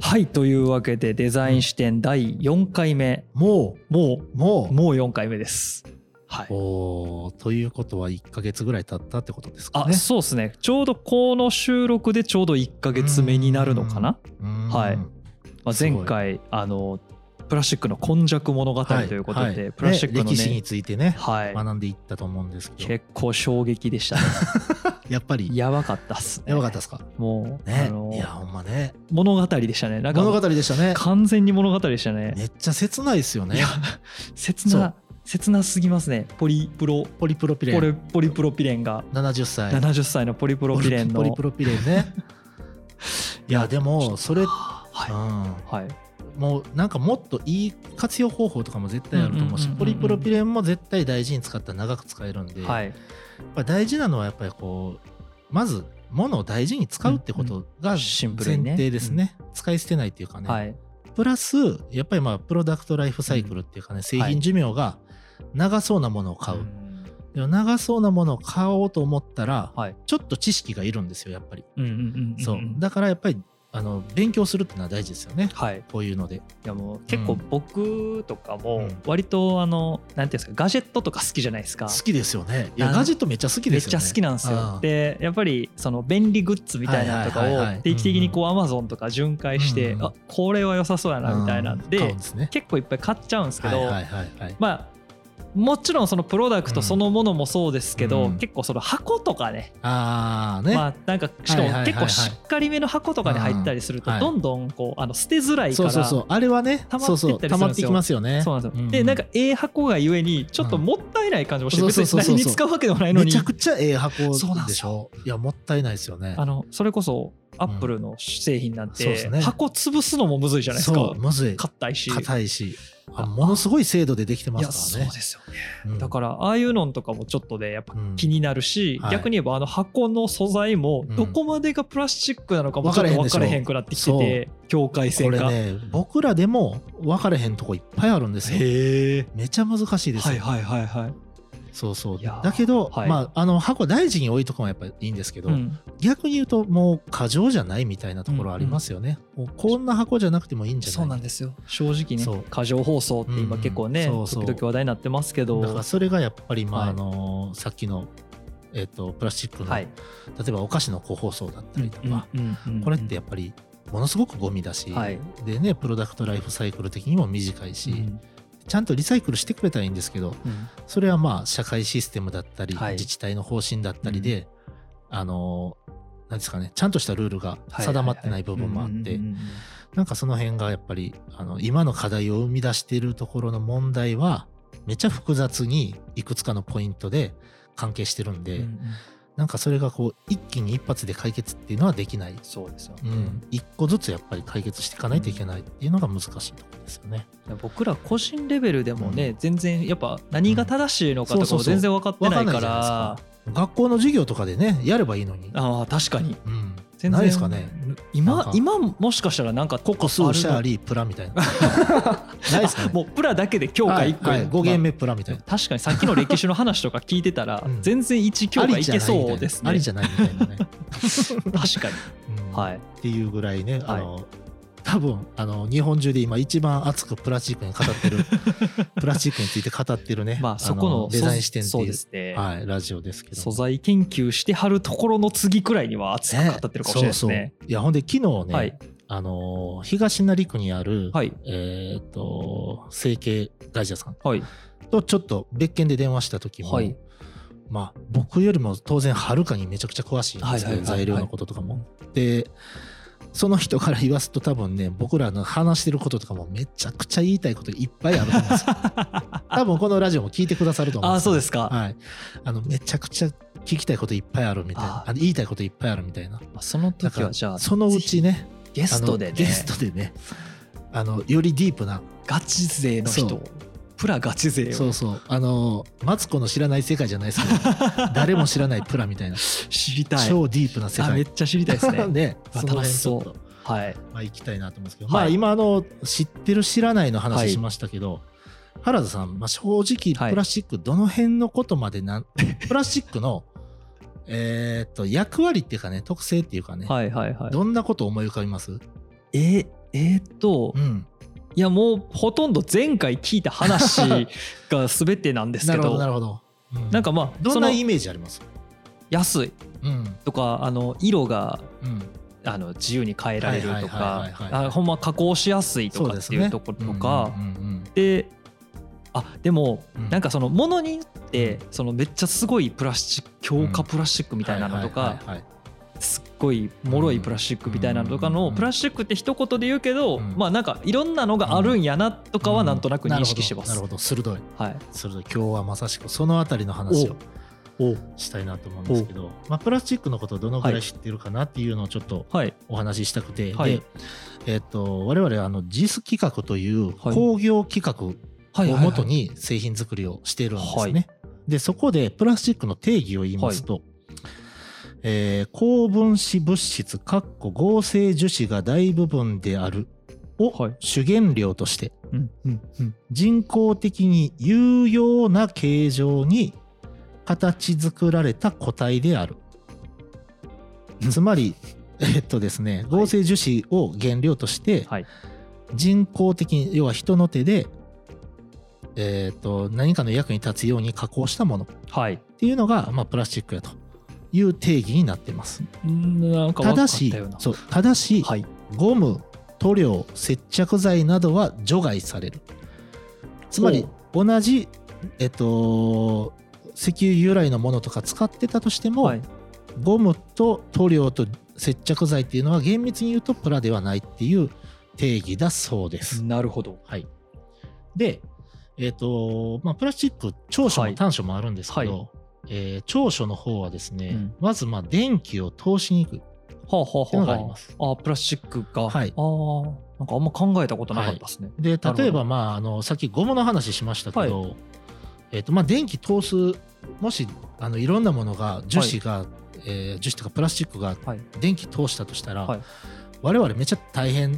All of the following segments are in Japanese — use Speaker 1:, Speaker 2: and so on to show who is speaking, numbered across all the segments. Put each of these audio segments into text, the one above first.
Speaker 1: はいというわけでデザイン視点第4回目、
Speaker 2: も
Speaker 1: も
Speaker 2: う、も
Speaker 1: う
Speaker 2: う、
Speaker 1: もう4回目です。はい、
Speaker 2: おーということは1ヶ月ぐらい経ったってことですか
Speaker 1: あ
Speaker 2: ね。
Speaker 1: そうですねちょうどこの収録でちょうど1ヶ月目になるのかな、
Speaker 2: うん
Speaker 1: はいまあ、
Speaker 2: すごい
Speaker 1: 前回あのプラスチックの今昔物語ということで、
Speaker 2: はは
Speaker 1: プラスチックのね
Speaker 2: 歴史についてね、
Speaker 1: はい、
Speaker 2: 学んでいったと思うんですけど、
Speaker 1: 結構衝撃でした ね
Speaker 2: やっぱり
Speaker 1: やばかったっすね
Speaker 2: やばかったですか
Speaker 1: もう、あ
Speaker 2: ね
Speaker 1: の。
Speaker 2: いや、ほんまね。
Speaker 1: 物語でしたねなんか
Speaker 2: 物語でしたね。
Speaker 1: 完全に物語でしたね
Speaker 2: めっちゃ切ないですよ
Speaker 1: い
Speaker 2: ね
Speaker 1: や。切な切なすぎますねポリプロ
Speaker 2: ポリプロピレ
Speaker 1: ポ
Speaker 2: ン。
Speaker 1: リポリプロピレンが
Speaker 2: 70歳。
Speaker 1: 70歳のポリプロピレンの
Speaker 2: ポリプロピレ ンね。いや、でも、それ、
Speaker 1: はい、
Speaker 2: うん
Speaker 1: はい、
Speaker 2: もうなんかもっといい活用方法とかも絶対あると思う
Speaker 1: うんうん
Speaker 2: し
Speaker 1: うんうん
Speaker 2: ポリプロピレンも絶対大事に使ったら長く使えるんで、
Speaker 1: は
Speaker 2: やっ
Speaker 1: い、
Speaker 2: ぱ大事なのはやっぱりこうまず物を大事に使うってことが
Speaker 1: シン
Speaker 2: 前
Speaker 1: プルにね
Speaker 2: 提ですね使い捨てないっていうかね、
Speaker 1: はい、
Speaker 2: プラスやっぱりまあプロダクトライフサイクルっていうかね、製品寿命が長そうなものを買う、
Speaker 1: ん
Speaker 2: でも長そうなものを買おうと思ったら、
Speaker 1: はい
Speaker 2: ちょっと知識がいるんですよやっぱり、
Speaker 1: うんうんうんうん
Speaker 2: そうだからやっぱりあの勉強するっていうのは大事ですよね
Speaker 1: はいい
Speaker 2: こういうので
Speaker 1: やもう結構僕とか
Speaker 2: う
Speaker 1: も
Speaker 2: ん
Speaker 1: 割とあのなんていうんですかガジェットとか好きじゃないですか
Speaker 2: 好きですよね。い
Speaker 1: な
Speaker 2: や
Speaker 1: ん
Speaker 2: ガジェットめっちゃ好き
Speaker 1: め
Speaker 2: で
Speaker 1: っ
Speaker 2: すよ
Speaker 1: ち
Speaker 2: ね。
Speaker 1: ゃ好きなんですよ
Speaker 2: あー。
Speaker 1: でやっぱりその便利グッズみたいなのとか
Speaker 2: はいはいはい
Speaker 1: を
Speaker 2: はい
Speaker 1: 定期的にこうアマゾンとか巡回して、
Speaker 2: うんうん
Speaker 1: あこれは良さそうやなみたいなんで、
Speaker 2: 買うんですね。
Speaker 1: 結構いっぱい買っちゃうんですけど、
Speaker 2: はいはいはいはい。
Speaker 1: まあもちろんそのプロダクトそのものもそうですけど、
Speaker 2: うん
Speaker 1: 結構その箱とかね
Speaker 2: ああね。
Speaker 1: まあなんかしか
Speaker 2: はいはいはいは
Speaker 1: も
Speaker 2: い
Speaker 1: 結構しっかりめの箱とかに入ったりすると
Speaker 2: うんはい
Speaker 1: どんどんこうあの捨てづらいか
Speaker 2: そう
Speaker 1: ら
Speaker 2: そうそう。あれはね、
Speaker 1: 溜まって
Speaker 2: そうそ
Speaker 1: っ
Speaker 2: う
Speaker 1: たり
Speaker 2: 溜
Speaker 1: するん
Speaker 2: ま
Speaker 1: で
Speaker 2: っ
Speaker 1: す
Speaker 2: て
Speaker 1: よ
Speaker 2: きますよね。
Speaker 1: そうなんですよ、
Speaker 2: うん
Speaker 1: でなんかええ箱がゆえにちょっともったいない感じもして、
Speaker 2: うん
Speaker 1: 別に
Speaker 2: そうそうそうそう
Speaker 1: 何に使うわけでもないの
Speaker 2: め
Speaker 1: に
Speaker 2: ちゃくちゃええ箱
Speaker 1: そうなんで
Speaker 2: ですしょ。いやもったいないですよね
Speaker 1: あ。のそれこそアップルの製品なん
Speaker 2: そうで
Speaker 1: て、
Speaker 2: すね
Speaker 1: 箱潰すのもむずいじゃないです
Speaker 2: そ
Speaker 1: か
Speaker 2: うむずい。
Speaker 1: 硬いし
Speaker 2: 硬いし、あ
Speaker 1: あ
Speaker 2: ものすごい精度でできてま
Speaker 1: いや
Speaker 2: す
Speaker 1: そう
Speaker 2: からね
Speaker 1: で。すよね、
Speaker 2: うん
Speaker 1: だからああいうのんとかもちょっとでやっぱ
Speaker 2: うん
Speaker 1: 気になるし、
Speaker 2: はい
Speaker 1: 逆に言えばあの箱の素材も
Speaker 2: うん
Speaker 1: どこまでがプラスチックなのかもちょっと分
Speaker 2: 分
Speaker 1: か
Speaker 2: かられ
Speaker 1: へ
Speaker 2: へ
Speaker 1: ん
Speaker 2: んでし
Speaker 1: く
Speaker 2: ょ
Speaker 1: なってきてて境界
Speaker 2: こ
Speaker 1: 線
Speaker 2: れ
Speaker 1: が、
Speaker 2: ね、僕らでも分かれへんとこいっぱいあるんですよ。
Speaker 1: へえ
Speaker 2: めちゃ難しいですよ
Speaker 1: はいはいはいはい、
Speaker 2: そうそう。
Speaker 1: いやー
Speaker 2: だけど、
Speaker 1: はい
Speaker 2: まあ、あの箱大事に置いとくのはやっぱりいいんですけど、
Speaker 1: うん
Speaker 2: 逆に言うともう過剰じゃないみたいなところありますよね、もうこんな箱じゃなくてもいいんじゃない
Speaker 1: そうなんですよ正直
Speaker 2: そ
Speaker 1: ね
Speaker 2: う
Speaker 1: 過剰放送って今結構ね、
Speaker 2: うんそうそう
Speaker 1: 時々話題になってますけど
Speaker 2: だからそれがやっぱり、まあ
Speaker 1: はい
Speaker 2: あのさっきの、えっとプラスチックの、
Speaker 1: はい
Speaker 2: 例えばお菓子の個包装だったりとか、
Speaker 1: うんうんうん
Speaker 2: これってやっぱりものすごくゴミだし、
Speaker 1: はい
Speaker 2: でねプロダクトライフサイクル的にも短いし、
Speaker 1: うん
Speaker 2: ちゃんとリサイクルしてくれたらいいんですけど
Speaker 1: うん
Speaker 2: それはまあ社会システムだったり、
Speaker 1: はい
Speaker 2: 自治体の方針だったりで、あのなんですかねちゃんとしたルールが
Speaker 1: はい
Speaker 2: 定まってない部分もあって。
Speaker 1: うんうんうんうん
Speaker 2: なんかその辺がやっぱりあの今の課題を生み出しているところの問題はめちゃ複雑にいくつかのポイントで関係してるんで、
Speaker 1: うんうん
Speaker 2: なんかそれがこう一気に一発で解決っていうのはできない、
Speaker 1: そうですよ
Speaker 2: う
Speaker 1: ね、
Speaker 2: ん、一個ずつやっぱり解決していかないといけないっていうのが難しいところですよね。
Speaker 1: 僕ら個人レベルでもね、全然やっぱ何が正しいのかとか
Speaker 2: そう
Speaker 1: も
Speaker 2: そうそう
Speaker 1: 全然分かって
Speaker 2: わ
Speaker 1: な
Speaker 2: か
Speaker 1: い
Speaker 2: んな
Speaker 1: か
Speaker 2: いじゃ
Speaker 1: ら
Speaker 2: な。いですか。学校の授業とかでねやればいいのに、
Speaker 1: ああ確かに
Speaker 2: うん、
Speaker 1: 全然
Speaker 2: ないですかね。なん
Speaker 1: 今
Speaker 2: か
Speaker 1: 今もしかしたらなんか
Speaker 2: ココス
Speaker 1: あるの
Speaker 2: シャーリープラみたいな。ないですかね。
Speaker 1: もうプラだけで強化1個、
Speaker 2: はいはい、5ゲーム目プラみたいな。
Speaker 1: 確かにさっきの歴史の話とか聞いてたら
Speaker 2: うん
Speaker 1: 全然1強化いけそうですね
Speaker 2: ありじゃないみたいなね。
Speaker 1: 確か
Speaker 2: うん
Speaker 1: にはい
Speaker 2: っていうぐらい
Speaker 1: は
Speaker 2: ね、
Speaker 1: い
Speaker 2: あの多分あの日本中で今一番熱くプラスチックに語って るプラスチックについて語ってるね
Speaker 1: まあそこの
Speaker 2: デザイン視点って
Speaker 1: そう
Speaker 2: い
Speaker 1: で
Speaker 2: う
Speaker 1: すね、
Speaker 2: はい、ラジオですけど
Speaker 1: 素材研究してはるところの次くらいには熱く語ってるかもしれないですね
Speaker 2: そうそういやほんで昨日ね、
Speaker 1: はい
Speaker 2: あの東成区にある、
Speaker 1: はい
Speaker 2: えっ、と整形会社さん
Speaker 1: はい
Speaker 2: とちょっと別件で電話した時も、
Speaker 1: はい
Speaker 2: まあ僕よりも当然はるかにめちゃくちゃ詳しいんです
Speaker 1: はいはい
Speaker 2: け
Speaker 1: は
Speaker 2: ど
Speaker 1: い
Speaker 2: 材料のこととかも。でその人から言わすと多分ね僕らの話してることとかもめちゃくちゃ言いたいこといっぱいあると思う んですよ。多分このラジオも聞いてくださると思う
Speaker 1: あ
Speaker 2: ん
Speaker 1: あ
Speaker 2: です
Speaker 1: そう
Speaker 2: よ
Speaker 1: ですか、
Speaker 2: はい。あのめちゃくちゃ聞きたいこといっぱいあるみたい
Speaker 1: あ
Speaker 2: な
Speaker 1: ー
Speaker 2: あの言いたいこといっぱいあるみたいな。
Speaker 1: まあその
Speaker 2: だ
Speaker 1: 時
Speaker 2: から
Speaker 1: はじゃあ
Speaker 2: そのうちね
Speaker 1: ゲストでね
Speaker 2: あのゲストでねあのよりディープな
Speaker 1: ガチ勢の
Speaker 2: そ
Speaker 1: 人
Speaker 2: う
Speaker 1: プラガチ勢
Speaker 2: そ
Speaker 1: を
Speaker 2: うそうあのマツコの知らない世界じゃないですけど 誰も知らないプラみたいな
Speaker 1: 知りたい
Speaker 2: 超ディープな世
Speaker 1: あめ
Speaker 2: 界
Speaker 1: っちゃ知りたいですね
Speaker 2: ね
Speaker 1: あ
Speaker 2: その辺
Speaker 1: 楽しそう
Speaker 2: ちょっと
Speaker 1: はい
Speaker 2: まあ行きたいなと思うんですけど、
Speaker 1: はい
Speaker 2: まあ今あの知ってる知らないの
Speaker 1: はい
Speaker 2: 話しましたけど、原田さん、まあ、正
Speaker 1: は
Speaker 2: 直
Speaker 1: い
Speaker 2: プラスチックどの辺のことま でなん、プラスチックのえーっと役割っていうかね特性っていうかね、
Speaker 1: はいはいはい
Speaker 2: どんなことを思い浮かびます
Speaker 1: ええーっと、
Speaker 2: うん、
Speaker 1: いやもうほとんど前回聞いた話 が全てなんです
Speaker 2: な
Speaker 1: け
Speaker 2: るほ
Speaker 1: ど
Speaker 2: ど
Speaker 1: な
Speaker 2: なるほど、うん
Speaker 1: んかまあ
Speaker 2: ど
Speaker 1: そ
Speaker 2: んな
Speaker 1: の
Speaker 2: イメージあります
Speaker 1: 安い
Speaker 2: うん
Speaker 1: とかあの色が
Speaker 2: うん
Speaker 1: あの自由に変えられるとか
Speaker 2: はいはいはいはいはい
Speaker 1: あほんま加工しやすいとかっていうところとか
Speaker 2: うんうん
Speaker 1: であでも
Speaker 2: うん
Speaker 1: なんかその物によって
Speaker 2: う
Speaker 1: そのめっちゃすごいプラスチック強化プラスチックみたいなのと
Speaker 2: はいは
Speaker 1: か
Speaker 2: いはいはい
Speaker 1: すっごい脆いプラスチックみたいなのとか
Speaker 2: うんうん
Speaker 1: の
Speaker 2: うん
Speaker 1: プラスチックって一言で言うけど
Speaker 2: うん
Speaker 1: まあなんかいろんなのがあるんやなとかはなんとなく認識してま
Speaker 2: な
Speaker 1: す
Speaker 2: るほ。どなるほど鋭い
Speaker 1: はい、
Speaker 2: 鋭い今日はまさしくそのあたりの話を
Speaker 1: お
Speaker 2: したいなと思うんですけど、まあ、プラスチックのことをどのぐらい知ってるかなっていうのをちょっと
Speaker 1: はい
Speaker 2: お話ししたくて、
Speaker 1: はい
Speaker 2: で、えっと我々あの JIS 企画という
Speaker 1: はい
Speaker 2: 工業企画
Speaker 1: はいはい
Speaker 2: を
Speaker 1: はい
Speaker 2: もとに製品作りをしているんですね。
Speaker 1: はい
Speaker 2: でそこでプラスチックの定義を言いますと、えー高分子物質かっこ合成樹脂が大部分であるを
Speaker 1: はい
Speaker 2: 主原料として
Speaker 1: うんうんうん
Speaker 2: 人工的に有用な形状に形作られた個体である
Speaker 1: うん
Speaker 2: つまりえっとですね合成樹脂を原料として
Speaker 1: はい
Speaker 2: 人工的に要は人の手でえっと何かの役に立つように加工したものっ
Speaker 1: はい
Speaker 2: ていうのがまあプラスチックやという定義になってます
Speaker 1: んなんか
Speaker 2: た
Speaker 1: わか
Speaker 2: だ
Speaker 1: っ
Speaker 2: した
Speaker 1: ような
Speaker 2: そうただし
Speaker 1: はい
Speaker 2: ゴム塗料接着剤などは除外されるつまり同じえっと石油由来のものとか使ってたとしても、
Speaker 1: はい
Speaker 2: ゴムと塗料と接着剤っていうのは厳密に言うとプラではないっていう定義だそうです、
Speaker 1: なるほど
Speaker 2: はいでえっとまあプラスチック長所
Speaker 1: は
Speaker 2: も
Speaker 1: い
Speaker 2: 短所もあるんですけど、
Speaker 1: は
Speaker 2: えー長所の方はですね、
Speaker 1: うん
Speaker 2: まずまあ電気を通しにくい
Speaker 1: はあは
Speaker 2: っていうのがあります
Speaker 1: あはああプラスチックが、
Speaker 2: はい
Speaker 1: あーなんかあんま考えたことなかったですね、な
Speaker 2: で
Speaker 1: るほど
Speaker 2: 例えばまああのさっきゴムの話しましたけど、えっとまあ、電気通すもしあのいろんなものが樹脂が、えー樹脂とかプラスチックが
Speaker 1: はい
Speaker 2: 電気通したとしたら、
Speaker 1: はい
Speaker 2: 我々めっちゃ大変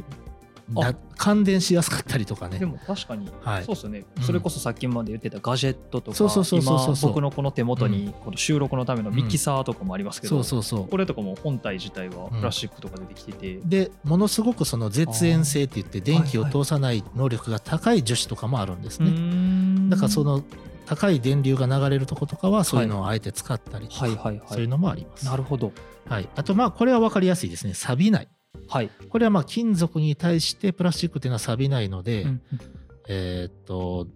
Speaker 2: だ
Speaker 1: あ
Speaker 2: 感電しやすかったりとかね
Speaker 1: で。も確かに、
Speaker 2: はい
Speaker 1: そうですよね、
Speaker 2: うん
Speaker 1: それこそさっきまで言ってたガジェットとか
Speaker 2: そうそうそうそうそう
Speaker 1: 今僕のこの手元にこの収録のためのミキサーとかもありますけど、
Speaker 2: そうそうそう
Speaker 1: これとかも本体自体はプラスチックとか出てきてて、
Speaker 2: でものすごくその絶縁性って言って電気を通さない能力が高い樹脂とかもあるんです
Speaker 1: う
Speaker 2: ね。
Speaker 1: ん
Speaker 2: だからその高い電流が流れるとことかはそういうのをあえて使ったりとか、
Speaker 1: はいはい
Speaker 2: そう
Speaker 1: は
Speaker 2: いう
Speaker 1: い
Speaker 2: のもあります。
Speaker 1: なるほど
Speaker 2: はい、あとまあこれは分かりやすいですね錆びない
Speaker 1: はい、
Speaker 2: これはまあ金属に対してプラスチックっていうのは錆びないので、
Speaker 1: うん
Speaker 2: えーっと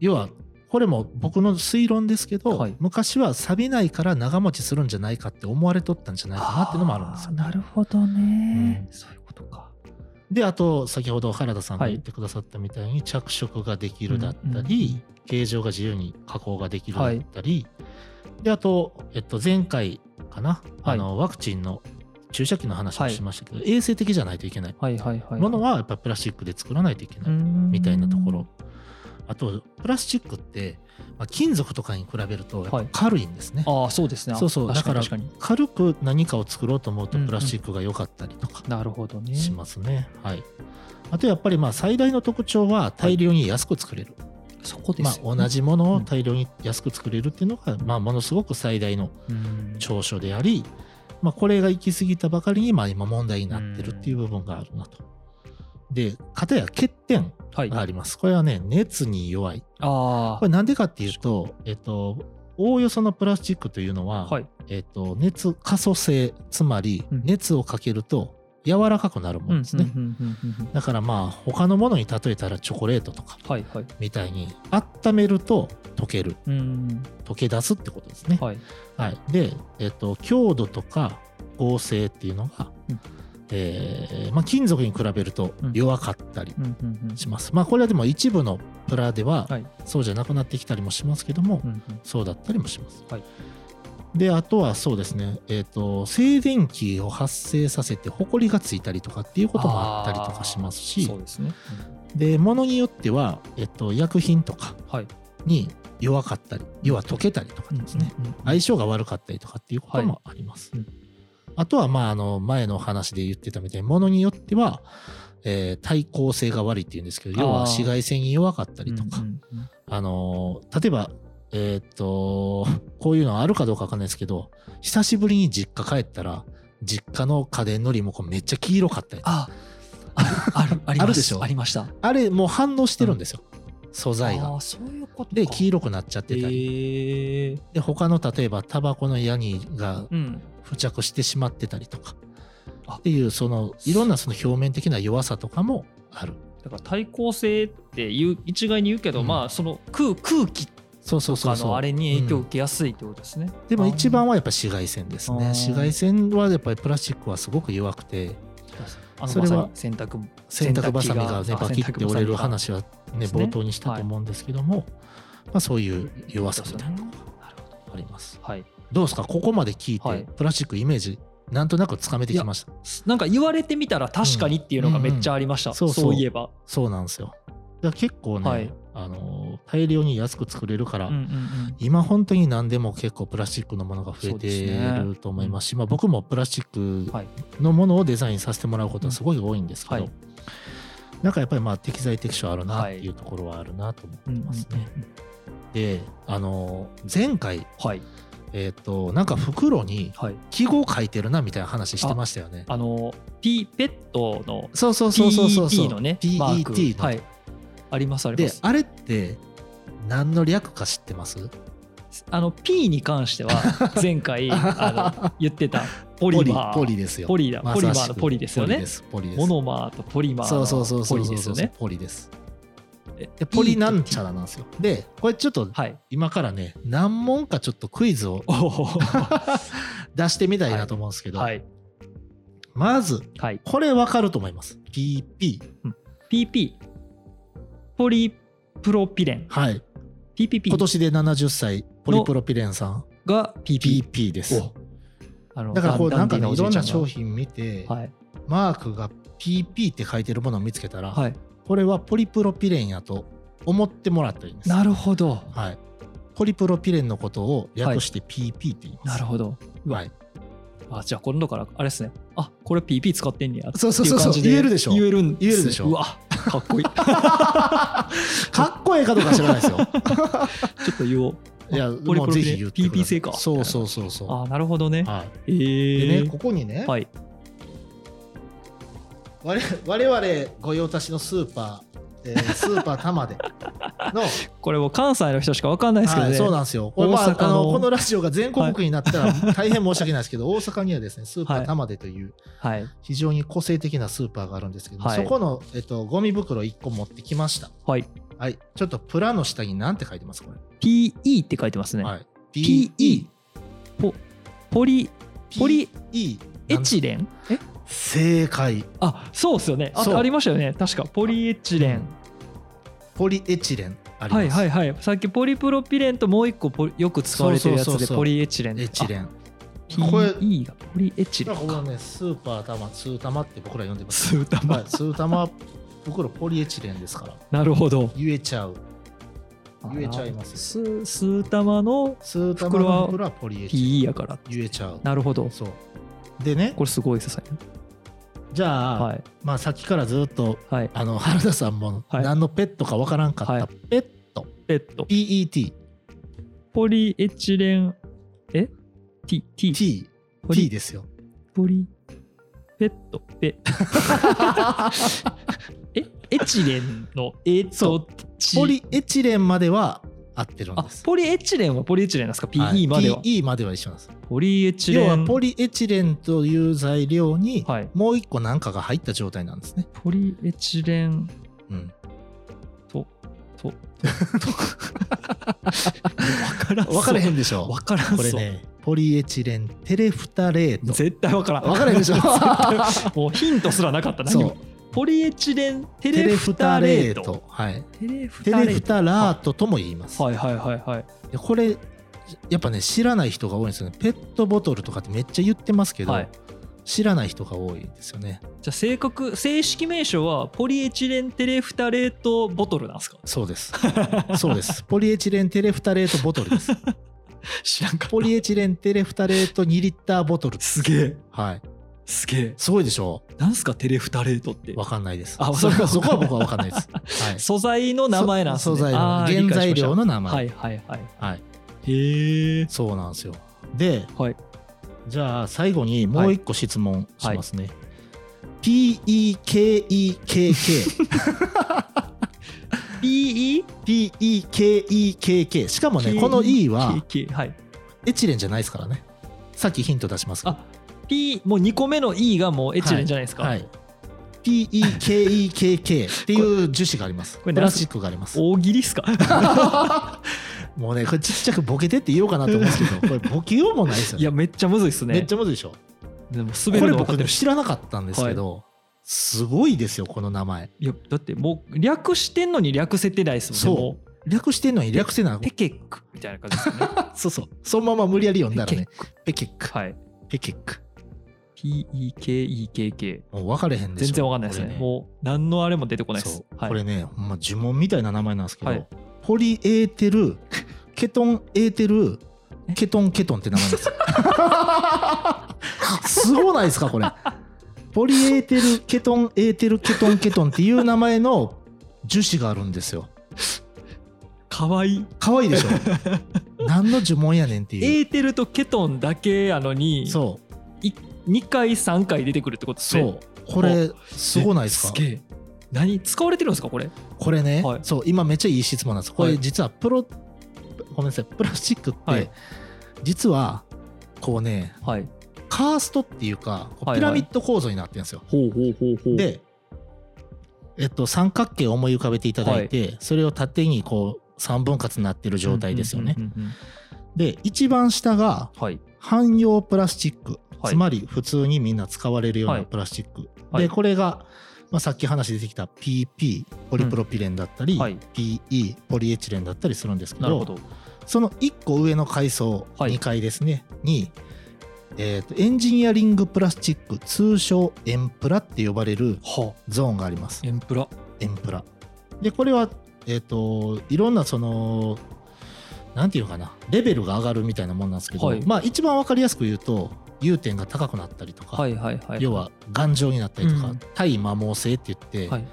Speaker 2: 要はこれも僕の推論ですけど、
Speaker 1: はい
Speaker 2: 昔は錆びないから長持ちするんじゃないかって思われとったんじゃないかなっていうのもあるんですよ、
Speaker 1: あーなるほどね、そういうことか
Speaker 2: であと先ほど原田さんが
Speaker 1: はい
Speaker 2: 言ってくださったみたいに着色ができるだったり、形状が自由に加工ができるだったり、であと、えっと、前回かな、
Speaker 1: はい
Speaker 2: あのワクチンの注射器の話をしましたけど、衛生的じゃないといけない
Speaker 1: はいはいはい
Speaker 2: ものはやっぱプラスチックで作らないといけないみ
Speaker 1: み
Speaker 2: たいなところあとプラスチックってまあ金属とかに比べるとやっぱ
Speaker 1: はい
Speaker 2: 軽いんですね、
Speaker 1: ああそうですね
Speaker 2: そうそう
Speaker 1: 確かに
Speaker 2: だ
Speaker 1: 確か
Speaker 2: か
Speaker 1: らに
Speaker 2: 軽く何かを作ろうと思うと
Speaker 1: うんうん
Speaker 2: プラスチックが良かったりとか
Speaker 1: なるほどね
Speaker 2: しますね、はいあとやっぱりまあ最大の特徴は大量に安く作れる、
Speaker 1: そこで
Speaker 2: ます
Speaker 1: よ
Speaker 2: あ同じものを大量に安く作れるっていうのがまあものすごく最大の
Speaker 1: うん
Speaker 2: 長所であり、まあ、これが行き過ぎたばかりにまあ今問題になってるっていう部分があるなと。で、片や欠点
Speaker 1: はい
Speaker 2: があります。これはね、熱に弱い。
Speaker 1: あ
Speaker 2: これなんでかっていうと、えっと、おおよそのプラスチックというの
Speaker 1: あ
Speaker 2: は、
Speaker 1: はい
Speaker 2: えっと、熱可塑性、つまり
Speaker 1: うん
Speaker 2: 熱をかけると柔らかくなるものですね。
Speaker 1: うんうんうんうんうん
Speaker 2: だからまあ、他のものに例えたらチョコレートとか
Speaker 1: はいはい
Speaker 2: みたいに、温めると溶ける、
Speaker 1: うん
Speaker 2: 溶け出すってことですね。
Speaker 1: はい
Speaker 2: はい、で、えっと、強度とか合成っていうのが、
Speaker 1: うん
Speaker 2: えーまあ、金属に比べると
Speaker 1: うん
Speaker 2: 弱かったり
Speaker 1: うんうんうん
Speaker 2: します、まあこれはでも一部のプラでは
Speaker 1: はい
Speaker 2: そうじゃなくなってきたりもしますけども、
Speaker 1: うんうん
Speaker 2: そうだったりもします、
Speaker 1: はい
Speaker 2: であとはそうですね、えっと静電気を発生させてホコリがついたりとかっていうこともあったりとかしますし
Speaker 1: そうですね
Speaker 2: で物によっては、えっと薬品とか
Speaker 1: うんはい
Speaker 2: に弱かったり要は溶けたりとかですね、
Speaker 1: うんうんうん
Speaker 2: 相性が悪かったりとかっていうこともあります。
Speaker 1: はいうん
Speaker 2: あとは、まあ、あの、前の話で言ってたみたいに、ものによっては、えー対抗性が悪いっていうんですけど、要
Speaker 1: あー
Speaker 2: は紫外線に弱かったりとか、
Speaker 1: うんうんうん
Speaker 2: あのー、例えば、えーっと、こういうのあるかどうかわかんないですけど、久しぶりに実家帰ったら、実家の家電のリモコンめっちゃ黄色かったりとか
Speaker 1: ああるあります
Speaker 2: あるでしょ
Speaker 1: ありました。は
Speaker 2: あれもう反応してるんですよ、素材
Speaker 1: あ
Speaker 2: が
Speaker 1: ーそういうことか。
Speaker 2: で黄色くなっちゃってたり、
Speaker 1: えー
Speaker 2: で他の例えばタバコのヤニが
Speaker 1: うん。
Speaker 2: 付着してしまってたりとか
Speaker 1: あ
Speaker 2: っていうそのいろんなその表面的な弱さとかもある
Speaker 1: だから対抗性って言う一概に言うけど、
Speaker 2: うん
Speaker 1: まあその空空気と
Speaker 2: そうそうそう
Speaker 1: か
Speaker 2: そう
Speaker 1: のあれに影響を受けやすいってことですね。
Speaker 2: でも一番はやっぱ紫外線です
Speaker 1: あー
Speaker 2: ね紫外線はやっぱりプラスチックはすごく弱くて
Speaker 1: あの
Speaker 2: それは
Speaker 1: まさに洗濯も
Speaker 2: 洗濯ばさみが
Speaker 1: 洗濯
Speaker 2: ね
Speaker 1: 機が
Speaker 2: バキって折れる話はね
Speaker 1: ですね
Speaker 2: 冒頭にしたと思うんですけども、まあ、そういう弱さみたいなのが
Speaker 1: なるほど
Speaker 2: あります
Speaker 1: はい。
Speaker 2: どうですかここまで聞いて、
Speaker 1: はい
Speaker 2: プラスチックイメージなんとなくつかめてきました
Speaker 1: なんか言われてみたら確かにっていうのがめっちゃありました。
Speaker 2: うんうんそうそう
Speaker 1: そういえば。
Speaker 2: そうなんですよだから結構ね、
Speaker 1: はい
Speaker 2: あのー大量に安く作れるから、
Speaker 1: うんうんうん
Speaker 2: 今本当に何でも結構プラスチックのものが増え
Speaker 1: そうです
Speaker 2: て
Speaker 1: ね
Speaker 2: ると思いますしまあ、僕もプラスチッ
Speaker 1: はい
Speaker 2: クのものをデザインさせてもらうことはすごい多いんですけど、
Speaker 1: うんはい
Speaker 2: なんかやっぱりまあ適材適所あるなっていうところはあるなと思ってますね。であの前回、
Speaker 1: はい
Speaker 2: えっとなんか袋に
Speaker 1: はい。
Speaker 2: 記号書いてるなみたいな話してましたよね。
Speaker 1: あのピペットの
Speaker 2: そうそうそうそうそうそう
Speaker 1: PET のねマーク
Speaker 2: PET の、
Speaker 1: はいありますありま。
Speaker 2: ですあれって何の略か知ってます
Speaker 1: あの P に関しては 前回あの言ってた ポリマー
Speaker 2: ポリですよ
Speaker 1: ポリだ
Speaker 2: ま
Speaker 1: ポリマ
Speaker 2: さし
Speaker 1: ー
Speaker 2: く
Speaker 1: のポリですよ
Speaker 2: ポリ
Speaker 1: ね
Speaker 2: で。すポリです
Speaker 1: モノマーとポリマー
Speaker 2: そうそうそう
Speaker 1: の
Speaker 2: そ
Speaker 1: ポ
Speaker 2: う
Speaker 1: リ
Speaker 2: そう
Speaker 1: です
Speaker 2: そ
Speaker 1: よ
Speaker 2: うそう
Speaker 1: ね。
Speaker 2: ポリです
Speaker 1: え
Speaker 2: でポリなんちゃらなんですよでこれちょっと
Speaker 1: はい。
Speaker 2: 今からね何問かちょっとクイズを
Speaker 1: おー
Speaker 2: 出してみたいなと思うんですけど、
Speaker 1: はい
Speaker 2: まず
Speaker 1: はい。
Speaker 2: これ分かると思います PP
Speaker 1: PP ポリプロピレン
Speaker 2: はい今
Speaker 1: PPP
Speaker 2: 年で70歳ポリプロピレンさん
Speaker 1: が PP。
Speaker 2: PP です
Speaker 1: おあの
Speaker 2: だからこう
Speaker 1: ダ
Speaker 2: な
Speaker 1: ン
Speaker 2: ん
Speaker 1: デ
Speaker 2: か
Speaker 1: ィ
Speaker 2: ねい
Speaker 1: おじ
Speaker 2: ろん
Speaker 1: ちゃ
Speaker 2: な
Speaker 1: が
Speaker 2: 商品見て、
Speaker 1: はい
Speaker 2: マークが PP って書いてるものを見つけたら、
Speaker 1: はい。
Speaker 2: これはポリプロピレンやと思ってもらったらいいんです
Speaker 1: なるほど。
Speaker 2: はい、ポリプロピレンのことを略して PP って言いま
Speaker 1: な
Speaker 2: す。
Speaker 1: るほど。
Speaker 2: ど。はい、
Speaker 1: あじゃあ今度からあれですね。あこれ PP 使ってんねや。
Speaker 2: そうそうそう
Speaker 1: ってい感じ
Speaker 2: 言えるでしょ
Speaker 1: 言えるん
Speaker 2: 言えるでしょ
Speaker 1: うわかっ こいい。ちょ
Speaker 2: かっこええかどうか知らな いですよ。
Speaker 1: っと言おう。
Speaker 2: いや、
Speaker 1: ポリ
Speaker 2: も
Speaker 1: プロ
Speaker 2: う
Speaker 1: ピ
Speaker 2: ぜ
Speaker 1: レン
Speaker 2: ひ言ってくだ
Speaker 1: PP
Speaker 2: さい
Speaker 1: 製か
Speaker 2: そうそうそうそ
Speaker 1: あなるほどね
Speaker 2: う。。は
Speaker 1: え
Speaker 2: い。で
Speaker 1: ー
Speaker 2: ね、ここにね、
Speaker 1: はい
Speaker 2: 我我々御用達のスーパー、えースーパー玉での、
Speaker 1: これもう関西の人しかわかんないですけど
Speaker 2: はい、
Speaker 1: ね。
Speaker 2: そうなんですよ。これまあ
Speaker 1: 大阪
Speaker 2: あ
Speaker 1: の
Speaker 2: のこのラジオが全国区になったら大変申し訳ないですけど、大阪にはですね、スーパー玉でという
Speaker 1: はい
Speaker 2: 非常に個性的なスーパーがあるんですけども、
Speaker 1: はい
Speaker 2: そこのえっとゴミ袋1個持ってきました。
Speaker 1: はい。
Speaker 2: はい、ちょっとプラの下に何て書いてますこれ。
Speaker 1: PE って書いてますね。
Speaker 2: はい。
Speaker 1: PE ポポリポリ
Speaker 2: E
Speaker 1: エチレンえ
Speaker 2: 正解。
Speaker 1: あそうですよねあ
Speaker 2: そう
Speaker 1: ありましたよね確かポリエチレン
Speaker 2: ポリエチレンあります。
Speaker 1: はいはいはいさっきポリプロピレンともう一個ポリよく使われてるや
Speaker 2: そう
Speaker 1: つ
Speaker 2: そうそ
Speaker 1: で
Speaker 2: うそう
Speaker 1: ポリエチレン
Speaker 2: エチレン。
Speaker 1: あ
Speaker 2: これ
Speaker 1: PE がポリエチレ
Speaker 2: なん
Speaker 1: ン
Speaker 2: かこの
Speaker 1: か
Speaker 2: ねスーパー玉スー玉って僕ら呼んでます。
Speaker 1: スータ
Speaker 2: は
Speaker 1: マ
Speaker 2: い。スー玉袋ポリエチレンですから
Speaker 1: なるほど
Speaker 2: 言えちゃう。言えちゃいます
Speaker 1: す
Speaker 2: よ
Speaker 1: スータマの
Speaker 2: スー玉
Speaker 1: 袋は
Speaker 2: の袋はポリエチレン
Speaker 1: PE やから
Speaker 2: 言えちゃう。
Speaker 1: なるほど
Speaker 2: そう。でね、
Speaker 1: これすごいですね
Speaker 2: じゃあ、
Speaker 1: はい
Speaker 2: まあさっきからずっと
Speaker 1: はい
Speaker 2: あの原田さんも
Speaker 1: はい
Speaker 2: 何のペットかわからんかった、
Speaker 1: はい
Speaker 2: ペット
Speaker 1: ペット
Speaker 2: PET
Speaker 1: ポリエチレンえ T T
Speaker 2: T
Speaker 1: ポリ
Speaker 2: T ですよ。
Speaker 1: ポリペットペえエチレンの えっ
Speaker 2: そ
Speaker 1: と
Speaker 2: う
Speaker 1: ち
Speaker 2: ポリエチレンまでは合ってるん
Speaker 1: あ
Speaker 2: です。
Speaker 1: ポリエチレンはポリエチレンなんですか PE までは、
Speaker 2: PE までは一緒なんです。
Speaker 1: ポリエチ
Speaker 2: 要
Speaker 1: レ
Speaker 2: は
Speaker 1: ン
Speaker 2: ポリエチレンという材料に
Speaker 1: はい
Speaker 2: もう一個何かが入った状態なんですね。
Speaker 1: ポリエチレン
Speaker 2: うん、
Speaker 1: ととと分からんそう
Speaker 2: 分かれへんでしょ
Speaker 1: 分からんそう
Speaker 2: これねポリエチレンテレフタレート。
Speaker 1: 絶対分からん
Speaker 2: 分からへんで しょ
Speaker 1: もうヒントすらなかった何
Speaker 2: そ
Speaker 1: も
Speaker 2: う
Speaker 1: ポリエチレンテ
Speaker 2: テ
Speaker 1: レ
Speaker 2: レ
Speaker 1: フ
Speaker 2: フ
Speaker 1: タ
Speaker 2: タ
Speaker 1: レ
Speaker 2: レ
Speaker 1: ー
Speaker 2: ー
Speaker 1: ト
Speaker 2: ト。はい、
Speaker 1: テレフ
Speaker 2: テ
Speaker 1: タ
Speaker 2: レ
Speaker 1: レー
Speaker 2: フ
Speaker 1: ト
Speaker 2: タラートとも言います。
Speaker 1: はいはいはいはい
Speaker 2: でこれやっぱね知らない人が多いんですよね。ペットボトルとかってめっちゃ言ってますけど、
Speaker 1: はい
Speaker 2: 知らない人が多いですよね。
Speaker 1: じゃあ正確正式名称はポリエチレンテレフタレートボトルなんですか
Speaker 2: そうです。そうです。ポリエチレンテレフタレートボトルです。
Speaker 1: 知らんかった
Speaker 2: ポリエチレンテレフタレート2リッターボトル。
Speaker 1: すげえ
Speaker 2: はい。
Speaker 1: すげえ
Speaker 2: すごいでしょ
Speaker 1: なんすかテレフタレートって
Speaker 2: うわかんないです。
Speaker 1: あ
Speaker 2: そ
Speaker 1: そうか
Speaker 2: こそこは僕はわかんないです。はい。
Speaker 1: 素材の名前なんですね
Speaker 2: そ素材
Speaker 1: あ
Speaker 2: の
Speaker 1: ー
Speaker 2: 原材料の名前。
Speaker 1: は
Speaker 2: はい。
Speaker 1: いはいはいへえ
Speaker 2: そうなんですよ。で、
Speaker 1: はい
Speaker 2: じゃあ最後にもう一個質問しますね。 PEKEKK。
Speaker 1: PE?
Speaker 2: PEKEKK。しかもね、この E は
Speaker 1: KK はい。
Speaker 2: エチレンじゃないですからね。さっきヒント出しますけど
Speaker 1: あ P、もう2個目の E がもうエチレンじゃないですか。
Speaker 2: はい。PEKEKK っていう樹脂があります。
Speaker 1: こ
Speaker 2: プ
Speaker 1: れ
Speaker 2: ラスチックがあります。
Speaker 1: 大喜利っすか
Speaker 2: もうね、これちっちゃくボケてって言おうかなと思うんですけ ど、これボケようもないですよ
Speaker 1: い
Speaker 2: ね。
Speaker 1: や、めっちゃむずいっすね。
Speaker 2: めっちゃむずいでしょ。
Speaker 1: でも
Speaker 2: こ
Speaker 1: 滑る
Speaker 2: れ
Speaker 1: の分か
Speaker 2: 僕
Speaker 1: って
Speaker 2: ね
Speaker 1: るし。
Speaker 2: 知らなかったんですけど、すごいですよ、この名前。
Speaker 1: いや、だってもう略してんのに略せてないっすもんね。
Speaker 2: そう
Speaker 1: も
Speaker 2: 略してんのに略せ な
Speaker 1: う。テケックみたいな感じですよ ね。
Speaker 2: そうそう。そのまま無理やり読んだら
Speaker 1: テケ
Speaker 2: ね
Speaker 1: ッ、ク。
Speaker 2: ペケック、
Speaker 1: はい。
Speaker 2: ペケック。
Speaker 1: PEKEKK。
Speaker 2: もう分かれへんでし
Speaker 1: 全
Speaker 2: ょ。
Speaker 1: 然わかんないですね。
Speaker 2: こ
Speaker 1: もう何のあれも出てこ
Speaker 2: れ
Speaker 1: ない
Speaker 2: ね
Speaker 1: で
Speaker 2: そ
Speaker 1: す
Speaker 2: う。
Speaker 1: はい
Speaker 2: これね、ほんま呪文みたいな名前なんですけど、
Speaker 1: はい
Speaker 2: ポリエーテル、 ケトンエーテル、ケトンケトンって名前なん ですよ。すごないですか、これ。ポリエーテル、ケトンエーテル、ケトンケトンっていう名前の樹脂があるんですよ。
Speaker 1: かわいい。
Speaker 2: 可愛いで しょ。何の呪文やねんっていう。
Speaker 1: エーテルとケトンだけやのに、
Speaker 2: そう、
Speaker 1: 2回、3回出てくるってことです
Speaker 2: そ
Speaker 1: ね。
Speaker 2: う。これ、すごないですか
Speaker 1: え。げえ。何使われてるんですか、これ。
Speaker 2: これね、
Speaker 1: はい
Speaker 2: そう今めっちゃいい質問なんですこれ
Speaker 1: はい
Speaker 2: 実はプロ、ごめんなさいプラスチックって、
Speaker 1: はい
Speaker 2: 実はこうね
Speaker 1: はい。
Speaker 2: カーストっていうかこう
Speaker 1: はいはい
Speaker 2: ピラミッド構造になってるんですよ、
Speaker 1: ほうほうほうほう。、
Speaker 2: で、えっと、三角形を思い浮かべていただいて、それを縦にこう3分割になってる状態ですよね、。で一番下が
Speaker 1: はい。
Speaker 2: 汎用プラスチック、
Speaker 1: はい
Speaker 2: つまり普通にみんな使われるよう
Speaker 1: は
Speaker 2: ないプラスチック、
Speaker 1: はい
Speaker 2: でこれが、まあ、さっき話出てきた PP ポリプロピレンだったり、
Speaker 1: うんはい
Speaker 2: PE ポリエチレンだったりするんですけ
Speaker 1: なる
Speaker 2: ど
Speaker 1: ほど。
Speaker 2: その1個上の階層、
Speaker 1: はい
Speaker 2: 2階ですねに、えーとエンジニアリングプラスチック通称エンプラって呼ばれる
Speaker 1: は
Speaker 2: ゾーンがあります
Speaker 1: エンプラ。
Speaker 2: エンプラでこれはえっ、といろんなそのなんていうのかなレベルが上がるみたいなもんなんですけど、
Speaker 1: はい
Speaker 2: まあ一番わかりやすく言うと融点が高くなったりとか、
Speaker 1: はいはいはい。
Speaker 2: 要は頑丈になったりとか、
Speaker 1: うん
Speaker 2: 対摩耗性って言って、
Speaker 1: はい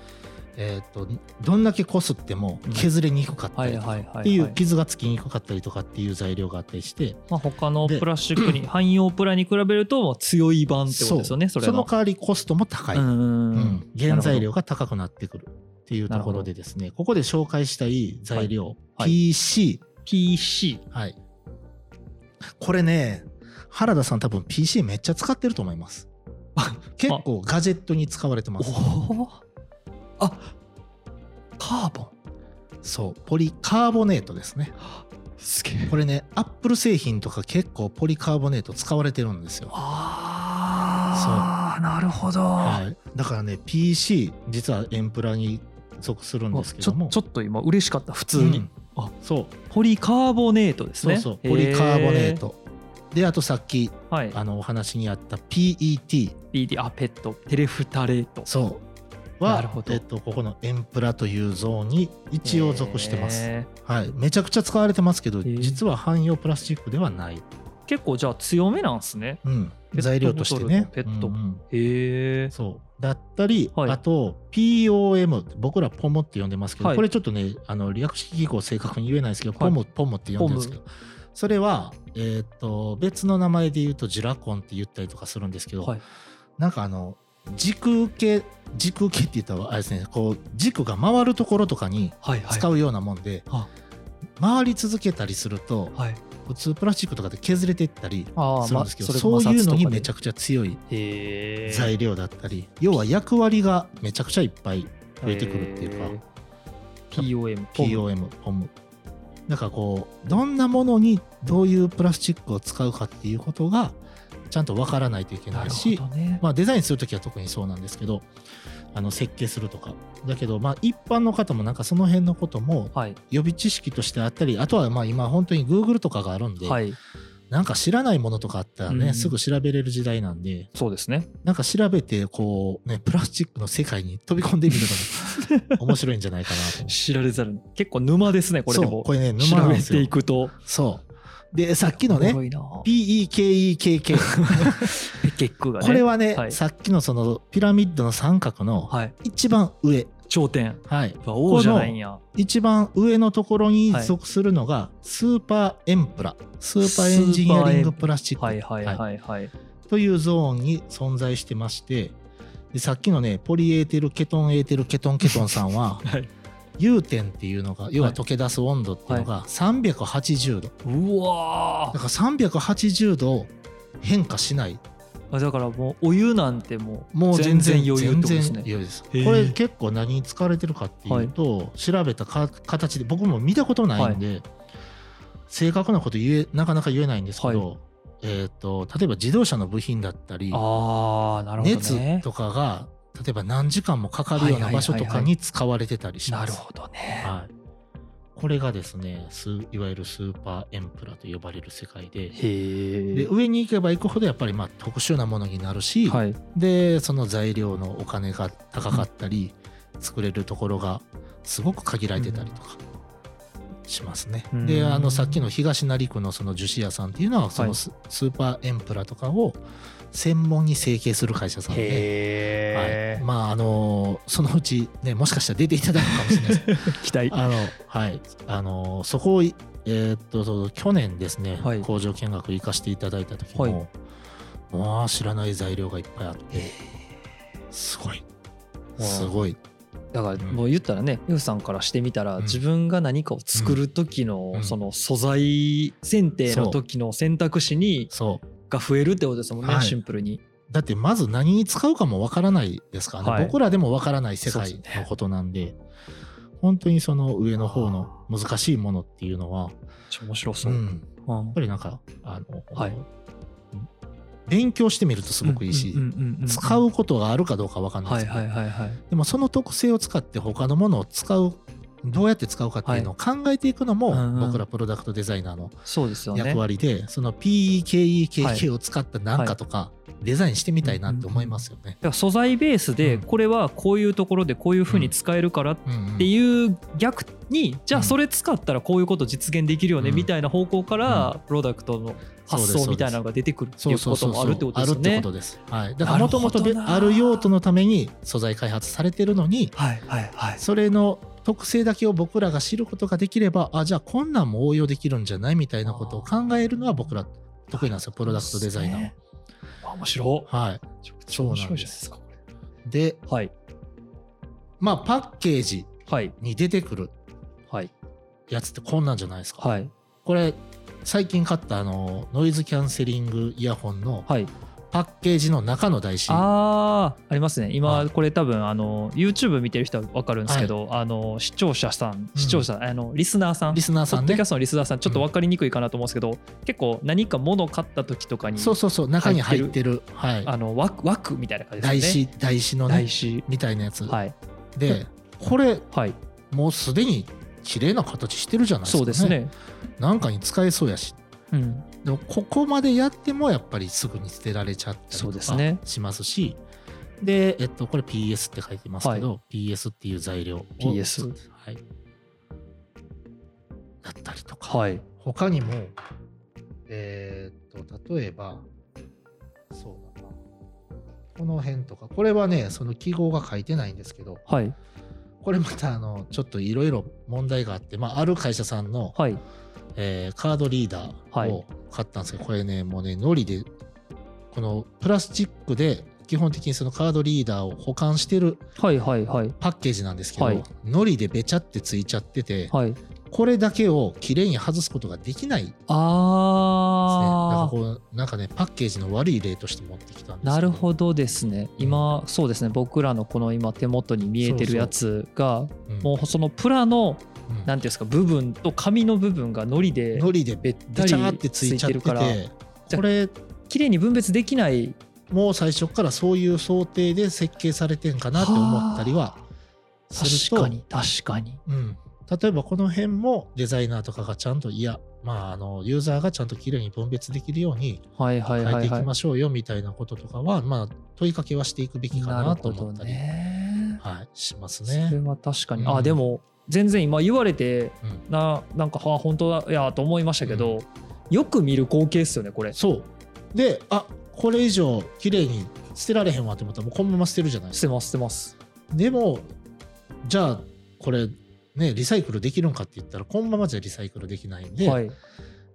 Speaker 2: えっとどんだけこすっても削れにくかった
Speaker 1: は
Speaker 2: り
Speaker 1: い
Speaker 2: とか
Speaker 1: はいはい。
Speaker 2: っていう傷がつきにくかったりとかっていう材料があったりして
Speaker 1: まあ、他の
Speaker 2: で
Speaker 1: プラスチック に、汎用プラに比べると、まあ強い版ってことですよね、それ
Speaker 2: そ
Speaker 1: が
Speaker 2: の。代わりコストも高い、
Speaker 1: う
Speaker 2: うん
Speaker 1: ん。
Speaker 2: 原材料が高くなってくるっていうところでですねここで紹介したい材料、
Speaker 1: はい
Speaker 2: PC、
Speaker 1: PC。
Speaker 2: はい、これね原田さん多分 PC めっちゃ使ってると思います
Speaker 1: あ
Speaker 2: 結構ガジェットに使われてま
Speaker 1: お
Speaker 2: す
Speaker 1: お。あカーボン。
Speaker 2: そうポリカーボネートですね
Speaker 1: すげえ。
Speaker 2: これねアップル製品とか結構ポリカーボネート使われてるんですよ、
Speaker 1: ああ、なるほど。
Speaker 2: はい、だからね PC 実はエンプラに属するん
Speaker 1: まあ
Speaker 2: ですけ
Speaker 1: ちょ
Speaker 2: ども
Speaker 1: ちょっと今嬉しかった普通に、
Speaker 2: うん
Speaker 1: あ
Speaker 2: そう
Speaker 1: ポリカーボネートです
Speaker 2: そう
Speaker 1: ね
Speaker 2: そうポリカーボネー
Speaker 1: へ
Speaker 2: トであとさっき
Speaker 1: ーはい
Speaker 2: あのお話にあった PET
Speaker 1: PD あペットテレフタレート
Speaker 2: そう
Speaker 1: なる
Speaker 2: は
Speaker 1: ほ、ど
Speaker 2: えっと、ここのエンプラというゾーンに一応属してます、
Speaker 1: へ
Speaker 2: はい、めちゃくちゃ使われてますけど
Speaker 1: へー
Speaker 2: 実は汎用プラスチックではない、
Speaker 1: ー結構じゃあ強めなんですね
Speaker 2: うん、
Speaker 1: ペット
Speaker 2: 材料としてね
Speaker 1: ボトルのペット
Speaker 2: うんうん
Speaker 1: へえ
Speaker 2: そうだったり、
Speaker 1: はい
Speaker 2: あと POM って僕らポムって呼んでますけど、
Speaker 1: はい
Speaker 2: これちょっとねあの略式記号正確に言えないですけど、
Speaker 1: はい
Speaker 2: ポムポムって呼んでるんですけどそれは、えーっと別の名前で言うとジュラコンって言ったりとかするんですけど、
Speaker 1: はい
Speaker 2: なんかあの軸系軸系って言ったらあれですねこう軸が回るところとかに
Speaker 1: はいはい
Speaker 2: 使うようなもんで、
Speaker 1: は
Speaker 2: 回り続けたりすると
Speaker 1: はい
Speaker 2: 普通プラスチックとかで削れていったり
Speaker 1: ああ
Speaker 2: するんですけど、
Speaker 1: まあ
Speaker 2: そう
Speaker 1: 摩
Speaker 2: い
Speaker 1: 擦
Speaker 2: う
Speaker 1: と
Speaker 2: の
Speaker 1: かで
Speaker 2: にめちゃくちゃ強い
Speaker 1: へえ
Speaker 2: 材料だったり、要は役割がめちゃくちゃいっぱい増えてくるっていうか、
Speaker 1: POM
Speaker 2: POM ポムなんかこうどんなものにどういうプラスチックを使うかっていうことがちゃんとわからないといけ
Speaker 1: な
Speaker 2: ない
Speaker 1: る
Speaker 2: し
Speaker 1: ほどね、
Speaker 2: まあ、デザインするときは特にそうなんですけどあの設計するとかだけど、まあ、一般の方もなんかその辺のことも
Speaker 1: はい
Speaker 2: 予備知識としてあったりあとはまあ今本当に Google とかがあるんで、
Speaker 1: はい
Speaker 2: なんか知らないものとかあったらね、
Speaker 1: うん
Speaker 2: すぐ調べれる時代なんで
Speaker 1: そうですね
Speaker 2: なんか調べてこう、ね、プラスチックの世界に飛び込んでみる のも面白いんじゃないかなと思う。
Speaker 1: 知られざる結構沼ですねこれで
Speaker 2: そう
Speaker 1: も
Speaker 2: これね沼な
Speaker 1: 調
Speaker 2: ん
Speaker 1: べ
Speaker 2: です
Speaker 1: て
Speaker 2: よ
Speaker 1: い。くと
Speaker 2: そうでさっきのね
Speaker 1: おもろいな
Speaker 2: PEKEKK
Speaker 1: ペケックがね
Speaker 2: これはね、
Speaker 1: はい
Speaker 2: さっきのそのピラミッドの三角の
Speaker 1: はい
Speaker 2: 一番上、
Speaker 1: 頂点
Speaker 2: はい、
Speaker 1: やっぱ王じゃないんや
Speaker 2: 一番上のところに
Speaker 1: はい
Speaker 2: 属するのがスーパーエンプラ、スーパーエンジニアリングプラスチック
Speaker 1: はいはいはいはい。
Speaker 2: というゾーンに存在してまして、でさっきのねポリエーテルケトンエーテルケトンケトンさんは
Speaker 1: はい、
Speaker 2: 融点っていうのが要は溶け出す温度っていうのが380度
Speaker 1: うわ
Speaker 2: だから380度変化しない
Speaker 1: ーあだからもうお湯なんてもう
Speaker 2: もう全然
Speaker 1: 全然余裕ってことです
Speaker 2: 全然
Speaker 1: ね
Speaker 2: 余裕ですこ
Speaker 1: へー
Speaker 2: れ結構何に使われてるかっていうと、調べたか形で僕も見たことないんで、正確なこと言えなかなか言えないんですけど、えー、と例えば自動車の部品だったり、
Speaker 1: ああなるほど
Speaker 2: 熱
Speaker 1: ね
Speaker 2: とかが例えば何時間もかかるような場所とかに使われてたりし
Speaker 1: な
Speaker 2: ま
Speaker 1: る
Speaker 2: す。
Speaker 1: ほどね
Speaker 2: はいこれがですねスいわゆるスーパーエンプラと呼ばれる世界で
Speaker 1: へ
Speaker 2: で
Speaker 1: え
Speaker 2: 上に行けば行くほどやっぱりまあ特殊なものになるし、
Speaker 1: はい
Speaker 2: でその材料のお金が高かったり、作れるところがすごく限られてたりとかしますね。
Speaker 1: うん
Speaker 2: であのさっきの東成区のその樹脂屋さんっていうのはそのス,、スーパーエンプラとかを専門に成形する会社さんで。はい
Speaker 1: へ、え
Speaker 2: まああのそのうちねもしかしたら出ていただくかもしれない です
Speaker 1: 期待
Speaker 2: あのはいあのそこをいえーっとそう去年ですね、
Speaker 1: はい
Speaker 2: 工場見学行かせていただいた時も、
Speaker 1: はい
Speaker 2: まあ知らない材料がいっぱいあってすごいすごい
Speaker 1: だから
Speaker 2: うん
Speaker 1: もう言ったらね、ユウさんからしてみたら、
Speaker 2: うん
Speaker 1: 自分が何かを作る時の、
Speaker 2: うん
Speaker 1: その素材選定の時の選択肢に
Speaker 2: そう
Speaker 1: が増えるってことですもんね、
Speaker 2: はい
Speaker 1: シンプルに。
Speaker 2: だってまず何に使うかもわからないですからね、
Speaker 1: はい
Speaker 2: 僕らでもわからない世
Speaker 1: そ
Speaker 2: 界
Speaker 1: うですね
Speaker 2: のことなんで本当にその上の方の難しいものっていうのは、
Speaker 1: ちょ面白
Speaker 2: う
Speaker 1: そう。
Speaker 2: ん、
Speaker 1: うん
Speaker 2: やっぱりなんかあの、
Speaker 1: はい
Speaker 2: 勉強してみるとすごくいいし、
Speaker 1: うんうんうんうん
Speaker 2: 使うことがあるかどうかわかんないで
Speaker 1: は
Speaker 2: す
Speaker 1: い
Speaker 2: けど、
Speaker 1: はいはいはい。
Speaker 2: でもその特性を使って他のものを使うどうやって使うかっていうのを考えていくの
Speaker 1: うんうん
Speaker 2: も僕らプロダクトデザイナーの
Speaker 1: そうですよね。
Speaker 2: 役割でその PEKEKK を使ったなんかとかデザインしてみたいなって思いますよね。
Speaker 1: だから素材ベースで
Speaker 2: うん
Speaker 1: これはこういうところでこういうふうに使えるからっ
Speaker 2: うんうん
Speaker 1: ていう逆にじゃあ
Speaker 2: うん
Speaker 1: それ使ったらこういうこと実現できるよね
Speaker 2: うん
Speaker 1: みたいな方向からプロダクトの発
Speaker 2: そうです
Speaker 1: 想みたいなのが出てくるっていうこともあるってことですよ
Speaker 2: あるって
Speaker 1: ね
Speaker 2: こ。とです。はい、だから
Speaker 1: な
Speaker 2: も
Speaker 1: る
Speaker 2: とも
Speaker 1: ほど
Speaker 2: と
Speaker 1: な
Speaker 2: ある用途のために素材開発されてるのに
Speaker 1: はいはいはい。
Speaker 2: それの特性だけを僕らが知ることができればあじゃあこんなんも応用できるんじゃないみたいなことを考えるのは僕ら得意なんですよプロダクトデザイナーは。
Speaker 1: あ面白
Speaker 2: はい、
Speaker 1: い。ちょっ
Speaker 2: そう
Speaker 1: 面
Speaker 2: なん
Speaker 1: 白い
Speaker 2: です
Speaker 1: じゃないですか。こ
Speaker 2: で、
Speaker 1: れはい
Speaker 2: まあ、パッケージ
Speaker 1: はい
Speaker 2: に出てくる
Speaker 1: はい
Speaker 2: やつってこんなんじゃないですか。
Speaker 1: はい
Speaker 2: これ最近買ったあのノイズキャンセリングイヤホンの
Speaker 1: はい。
Speaker 2: パッケージの中の台紙
Speaker 1: ああありますね。
Speaker 2: は
Speaker 1: 今
Speaker 2: い
Speaker 1: これ多分あの YouTube 見てる人はわかるんですけど、あの視聴者さん視聴者あのリスナーさん
Speaker 2: リスナー
Speaker 1: ポ
Speaker 2: さ
Speaker 1: ッ
Speaker 2: ん
Speaker 1: ド
Speaker 2: ね
Speaker 1: キャストのリスナーさんちょっと分かりにくいかなと思うんですけど、結構何か物を買った時とかに
Speaker 2: そうそうそう中に入ってるはい、
Speaker 1: あの枠枠みたいな感じ
Speaker 2: 台
Speaker 1: ですよね
Speaker 2: 紙台紙の
Speaker 1: 台
Speaker 2: ね
Speaker 1: 紙
Speaker 2: みたいなやつ、
Speaker 1: はい
Speaker 2: でこれ
Speaker 1: はい、
Speaker 2: もうすでに綺麗な形してるじゃないですか、ね、
Speaker 1: そうですね
Speaker 2: なんかに使えそうやし
Speaker 1: うん
Speaker 2: でもここまでやってもやっぱりすぐに捨てられちゃった
Speaker 1: そう
Speaker 2: りと
Speaker 1: です
Speaker 2: か
Speaker 1: ね
Speaker 2: しますしでえっとこれ PS って書いてますけど、PS っていう材料を
Speaker 1: PS
Speaker 2: はい、だったりとか
Speaker 1: はい
Speaker 2: 他にもえーっと例えばそうだなこの辺とかこれはねその記号が書いてないんですけど
Speaker 1: はい
Speaker 2: これまたあのちょっといろいろ問題があって、まあ、ある会社さんの、
Speaker 1: はい
Speaker 2: えーカードリーダ
Speaker 1: は
Speaker 2: ー
Speaker 1: い
Speaker 2: を買ったんですけど、これねもうねノリでこのプラスチックで基本的にそのカードリーダーを保管してる
Speaker 1: はいはいはい
Speaker 2: パッケージなんですけど、
Speaker 1: はい
Speaker 2: ノリでべちゃってついちゃってて、
Speaker 1: はい
Speaker 2: これだけをきれいに外すことができないですね。なんか
Speaker 1: あー
Speaker 2: こうなんかねパッケージの悪い例として持ってきたんですけ
Speaker 1: なるほどですね今そうですね僕らのこの今手元に見えてるやつが
Speaker 2: うん
Speaker 1: もうそのプラの
Speaker 2: うん
Speaker 1: なんていうんですか部分と紙の部分がのりで
Speaker 2: のりでべ
Speaker 1: べ
Speaker 2: っ
Speaker 1: った
Speaker 2: ちゃーっ
Speaker 1: り
Speaker 2: てつ
Speaker 1: つ
Speaker 2: い
Speaker 1: い
Speaker 2: ちゃってて
Speaker 1: る
Speaker 2: て
Speaker 1: からじゃあ
Speaker 2: これ
Speaker 1: 綺麗に分別できない
Speaker 2: もう最初からそういう想定で設計されてんかなって思ったりはする
Speaker 1: 確
Speaker 2: と
Speaker 1: か、に確かに
Speaker 2: うん、例えばこの辺もデザイナーとかがちゃんといやまああのユーザーがちゃんときれいに分別できるように
Speaker 1: はいはい
Speaker 2: 変
Speaker 1: は
Speaker 2: えて
Speaker 1: い
Speaker 2: いき
Speaker 1: はい
Speaker 2: ましょうよみたいなこととかは、まあ問いかけはしていくべきかなと思ったり、
Speaker 1: ね。
Speaker 2: はい、します
Speaker 1: それ
Speaker 2: ね。
Speaker 1: は確かに、
Speaker 2: うん
Speaker 1: あでも全然今言われて
Speaker 2: うん
Speaker 1: ななんかあ本当だいやと思いましたけど、よく見る光景ですよねこれ捨
Speaker 2: そうであこれ以上綺麗に捨てられへんわと思ったらもうこのまま捨てるじゃないです
Speaker 1: てます捨てます
Speaker 2: かでもじゃあこれねリサイクルできるんかって言ったらこのままじゃリサイクルできないんで、
Speaker 1: はい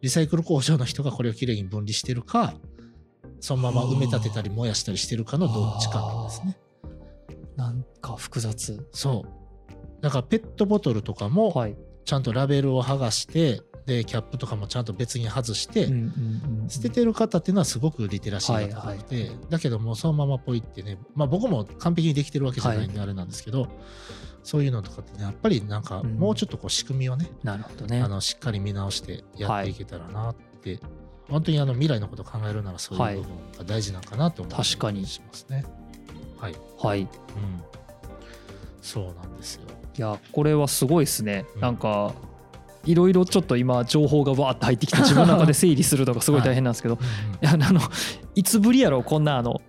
Speaker 2: リサイクル工場の人がこれを綺麗に分離してるかそのまま埋め立てたり燃やしたりしてるかのどっちかなんですね
Speaker 1: なんか複雑。
Speaker 2: そうだからペットボトルとかも
Speaker 1: はい。
Speaker 2: ちゃんとラベルを剥がしてでキャップとかもちゃんと別に外して、
Speaker 1: うんうんうん
Speaker 2: 捨ててる方っていうのはすごくリテラシーが高くて、
Speaker 1: はいは
Speaker 2: だけどもうそのままポイってね、まあ、僕も完璧にできてるわけじゃないんであれなんですけど、そういうのとかってねやっぱりなんか
Speaker 1: うん
Speaker 2: もうちょっとこう仕組みをね、
Speaker 1: なるほどね
Speaker 2: あ。のしっかり見直してやっていけたらなって、本当にあの未来のことを考えるならそう
Speaker 1: はい
Speaker 2: いう部分が大事なんかなと思う
Speaker 1: 確かに
Speaker 2: しますね。はい、うん、
Speaker 1: はい。い
Speaker 2: そうなんですよ。
Speaker 1: や、これはすごいですね。
Speaker 2: うん
Speaker 1: なんか、いろいろちょっと今、情報がわーって入ってきて、自分の中で整理するのがすごい大変なんですけど、いやあのいつぶりやろこんなあ の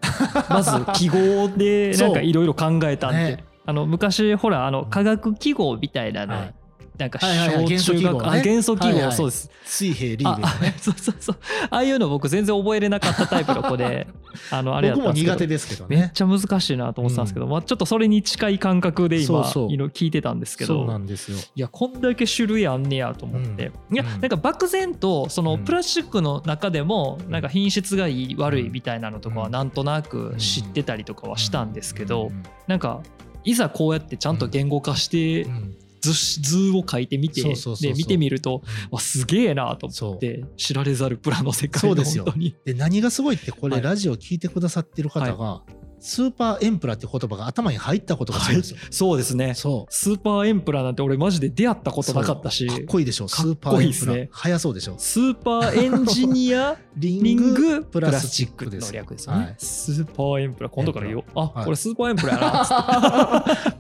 Speaker 1: まず記号でなんかいろいろ考えたんで、
Speaker 2: ね
Speaker 1: あの昔ほらあの
Speaker 2: うん
Speaker 1: 化学記号みたいなの、
Speaker 2: はい
Speaker 1: なんか
Speaker 2: はいはいはい
Speaker 1: 小中学、
Speaker 2: 元素記号ね
Speaker 1: あ元素記号、
Speaker 2: はいはい
Speaker 1: そうです
Speaker 2: 水平リー
Speaker 1: あ
Speaker 2: ベル
Speaker 1: あ
Speaker 2: ね。
Speaker 1: そうそうそうああいうの僕全然覚えれなかったタイプの子 であのあれやっ
Speaker 2: 僕
Speaker 1: た
Speaker 2: も
Speaker 1: んですけど
Speaker 2: 苦手ですけど
Speaker 1: めっ
Speaker 2: ね。
Speaker 1: ちゃ難しいなと思ってたんですけど、まあ、ちょっとそれに近い感覚で今
Speaker 2: そうそう
Speaker 1: いろいろ聞いてたんですけ
Speaker 2: そうな
Speaker 1: ど
Speaker 2: んですよ。
Speaker 1: いやこんだけ種類あんねやと思って、
Speaker 2: うん
Speaker 1: いや
Speaker 2: うん
Speaker 1: なんか漠然とそうの
Speaker 2: ん
Speaker 1: プラスチックの中でも
Speaker 2: ん
Speaker 1: なんか品質がいい悪
Speaker 2: う
Speaker 1: い
Speaker 2: ん
Speaker 1: みたいなのとかはなんとなく知ってたりとかはしたんですけ
Speaker 2: う
Speaker 1: ど
Speaker 2: ん
Speaker 1: なんかいざこうやってちゃんと言語化して
Speaker 2: うんうん
Speaker 1: 図図を書いてみて
Speaker 2: そうそうそうそう
Speaker 1: で見てみるとわすげえなと思って知られざるプラの世界
Speaker 2: そう
Speaker 1: の
Speaker 2: です
Speaker 1: 本
Speaker 2: よ
Speaker 1: 当に
Speaker 2: で何がすごいってこれ、
Speaker 1: はい
Speaker 2: ラジオ聞いてくださってる方が、スーパーエンプラって言葉が頭に入ったことがすごいんですよ。
Speaker 1: そうですね
Speaker 2: そう
Speaker 1: スーパーエンプラなんて俺マジで出会ったことなかったし
Speaker 2: そうかっこいいでしょ
Speaker 1: か
Speaker 2: スー
Speaker 1: っ
Speaker 2: パー
Speaker 1: こ
Speaker 2: エ
Speaker 1: いい
Speaker 2: ン
Speaker 1: っ
Speaker 2: プ
Speaker 1: す
Speaker 2: ラ、
Speaker 1: ね
Speaker 2: 早そうでしょ
Speaker 1: スーパーエンジニア
Speaker 2: リ
Speaker 1: リング
Speaker 2: プ
Speaker 1: プ
Speaker 2: ラ
Speaker 1: ラ
Speaker 2: ス
Speaker 1: ス
Speaker 2: チ
Speaker 1: チ
Speaker 2: ッ
Speaker 1: ッ
Speaker 2: ク
Speaker 1: ク
Speaker 2: です
Speaker 1: の略ですよね、
Speaker 2: はい
Speaker 1: スーパーエンプラ今度から言おうあ、
Speaker 2: はい
Speaker 1: これスーパーエンプラやなっ つっ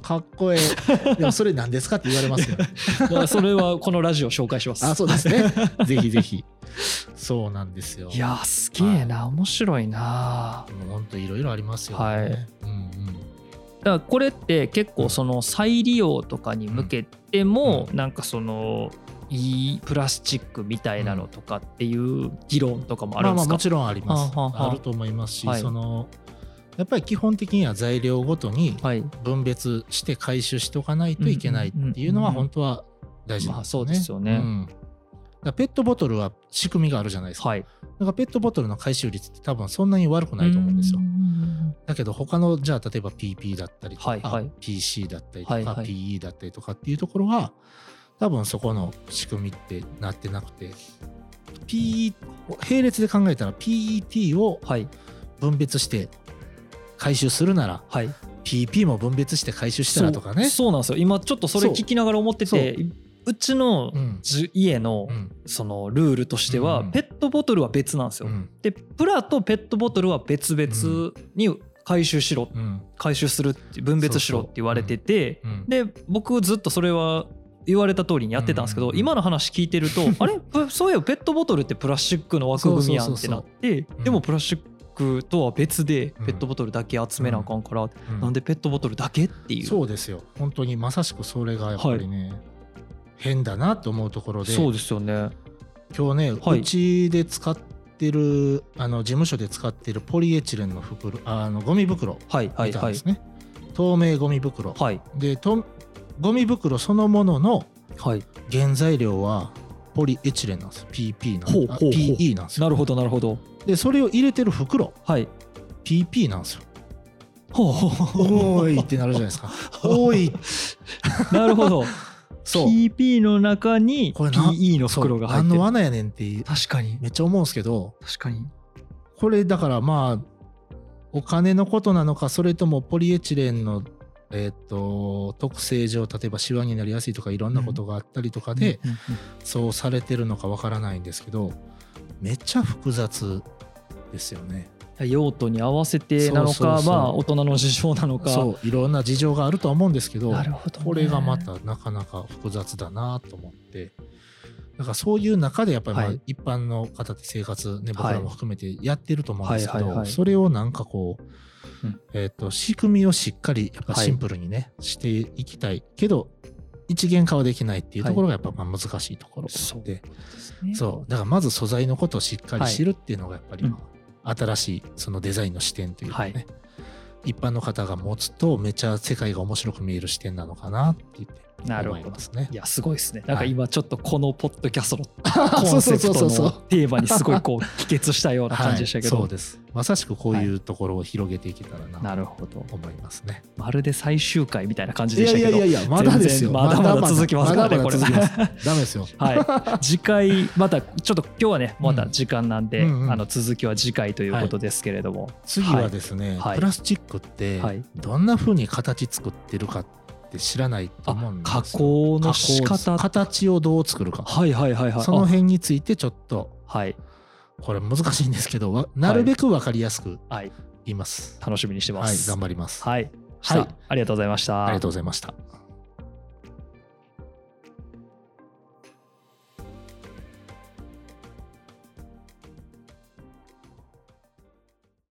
Speaker 2: かっこえ えでもそれ何ですかって言われますけど
Speaker 1: てまあそれはこのラジオ紹介します
Speaker 2: あそうですねぜひぜひそうなんですよ
Speaker 1: いやーすげえな、面白いな
Speaker 2: もうほんといろいろありますよね、
Speaker 1: はい
Speaker 2: うんうん
Speaker 1: だからこれって結構その再利用とかに向けても
Speaker 2: う
Speaker 1: なんかそのいいプラスチックみたいなのとかっていう議論とかもあ
Speaker 2: ま
Speaker 1: る
Speaker 2: あ
Speaker 1: んで
Speaker 2: まあ
Speaker 1: すか、
Speaker 2: もちろんあります
Speaker 1: はあはあはあ
Speaker 2: あると思いますし、
Speaker 1: はい
Speaker 2: そのやっぱり基本的には材料ごとに
Speaker 1: はい
Speaker 2: 分別して回収しておかないといけないっていうのは
Speaker 1: うんうんうん
Speaker 2: 本当は大事なん
Speaker 1: まあ
Speaker 2: ですよね。
Speaker 1: そうですよね
Speaker 2: んだからペットボトルは仕組みがあるじゃないですか。
Speaker 1: はい
Speaker 2: だからペットボトルの回収率って多分そんなに悪くないと思うんですよ。だけど他のじゃあ例えば PP だったりとか、
Speaker 1: はいはい
Speaker 2: PC だったりとか、
Speaker 1: はいはい
Speaker 2: PE だったりとかっていうところは多分そこの仕組みってなってなくて PE 並列で考えたら PET を
Speaker 1: はい
Speaker 2: 分別して回収するなら
Speaker 1: はい
Speaker 2: PP も分別して回収したらとかね。
Speaker 1: そうそうなんですよ今ちょっとそれ聞きながら思ってて
Speaker 2: そう
Speaker 1: ちの
Speaker 2: うん
Speaker 1: じ家の
Speaker 2: うん
Speaker 1: そのルールとして
Speaker 2: う
Speaker 1: は
Speaker 2: ん
Speaker 1: ペットボトルは別なんですよ、
Speaker 2: うん
Speaker 1: でプラとペットボトルは別々に回収しろ
Speaker 2: うん
Speaker 1: 回収するって分別しろって言われてて
Speaker 2: うん
Speaker 1: で僕ずっとそれは言われた通りにやってたんですけ
Speaker 2: うん
Speaker 1: ど
Speaker 2: うんうん
Speaker 1: 今の話聞いてるとあれぷそういえばペットボトルってプラスチックの枠組みやんってなって
Speaker 2: うん
Speaker 1: でもプラスチックとは別で
Speaker 2: うん
Speaker 1: ペットボトルだけ集めなあかんから
Speaker 2: うん
Speaker 1: なんでペットボトルだけっていう
Speaker 2: そうですよ本当にまさしくそれがやっぱりね、変だなと思うところで
Speaker 1: そうですよね
Speaker 2: 今日ね、
Speaker 1: はいう
Speaker 2: ちで使ってるあの事務所で使ってるポリエチレンの袋あのゴミ袋
Speaker 1: はいは
Speaker 2: み
Speaker 1: い
Speaker 2: たい
Speaker 1: はい
Speaker 2: ですね、透明ゴミ袋、
Speaker 1: はい
Speaker 2: でとゴミ袋そのものの
Speaker 1: はい
Speaker 2: 原材料はポリエチレンなんです PP なん
Speaker 1: ほうほうほう
Speaker 2: PE なんですよ
Speaker 1: なるほどなるほど
Speaker 2: でそれを入れてる袋
Speaker 1: はい
Speaker 2: PP なんですよ
Speaker 1: ほうほうほう
Speaker 2: おーいってなるじゃないですかおーい
Speaker 1: なるほど
Speaker 2: そう
Speaker 1: PP の中に
Speaker 2: これな
Speaker 1: PE の袋が入っ
Speaker 2: そう
Speaker 1: てる
Speaker 2: 何の罠やねんって
Speaker 1: 確かに
Speaker 2: めっちゃ思うんですけど
Speaker 1: 確かに
Speaker 2: これだからまあお金のことなのかそれともポリエチレンの、えっと特性上例えばシワになりやすいとかいろんなことがあったりとかで、
Speaker 1: うんうんうん
Speaker 2: そうされてるのかわからないんですけどめっちゃ複雑ですよね。
Speaker 1: 用途に合わせてなのか
Speaker 2: そうそうそう
Speaker 1: まあ大人の事情なのか
Speaker 2: そういろんな事情があるとは思うんですけど
Speaker 1: なるほどね
Speaker 2: これがまたなかなか複雑だなと思って。だからそういう中でやっぱりまあ
Speaker 1: はい
Speaker 2: 一般の方って生活ね、僕
Speaker 1: はい
Speaker 2: らも含めてやってると思うんですけ
Speaker 1: はいはい
Speaker 2: ど
Speaker 1: はい
Speaker 2: それをなんかこう、
Speaker 1: うん
Speaker 2: えっと仕組みをしっかりやっぱ
Speaker 1: はい
Speaker 2: シンプルにね、していきたいけど一元化はできないっていうところがやっぱまあ難しいところ
Speaker 1: そう
Speaker 2: で、
Speaker 1: ですね
Speaker 2: そうだからまず素材のことをしっかり知るっていうのがやっぱり、
Speaker 1: うん
Speaker 2: 新しいそのデザインの視点というかね、
Speaker 1: はい
Speaker 2: 一般の方が持つとめちゃ世界が面白く見える視点なのかなって言っ
Speaker 1: な
Speaker 2: て
Speaker 1: るほ
Speaker 2: 思
Speaker 1: ど
Speaker 2: いますね
Speaker 1: い。やすごいですねなんか
Speaker 2: はい
Speaker 1: 今ちょっとこのポッ ドキャストの
Speaker 2: あ
Speaker 1: コンセプ
Speaker 2: そうそうそう
Speaker 1: ト
Speaker 2: そ
Speaker 1: の
Speaker 2: う
Speaker 1: テーマにすごいこう帰結したような感じでしたけ
Speaker 2: はい、そ
Speaker 1: ど
Speaker 2: うです。まさしくこういうところを広げていけたらな
Speaker 1: なるほど
Speaker 2: と思いますね。
Speaker 1: まるで最終回みたいな感じ
Speaker 2: い
Speaker 1: で
Speaker 2: や
Speaker 1: した
Speaker 2: い
Speaker 1: けど
Speaker 2: やいやいや、まだですよ。
Speaker 1: 全然まだまだ続きますからね
Speaker 2: まだまだ
Speaker 1: これ
Speaker 2: 続きますダメですよ。
Speaker 1: はい、次回またちょっと今日はねまた時間なんで、
Speaker 2: うんうん
Speaker 1: あの続きは次回ということですけれども、
Speaker 2: 次はですね、
Speaker 1: はい
Speaker 2: プラスチックって
Speaker 1: はい
Speaker 2: どんな風に形作ってるかって知らないと思うんですよ
Speaker 1: 加工の仕
Speaker 2: 加工
Speaker 1: 方
Speaker 2: です形をどう作るか、
Speaker 1: はいはいはいはい
Speaker 2: その辺についてちょっと
Speaker 1: あはい
Speaker 2: これ難しいんですけどわなるべく分かりやすく
Speaker 1: はい
Speaker 2: 言います。
Speaker 1: 楽しみにしてま
Speaker 2: はい、
Speaker 1: す
Speaker 2: 頑張ります。
Speaker 1: はい、はい
Speaker 2: はい
Speaker 1: ありがとうございました
Speaker 2: ありがとうございました。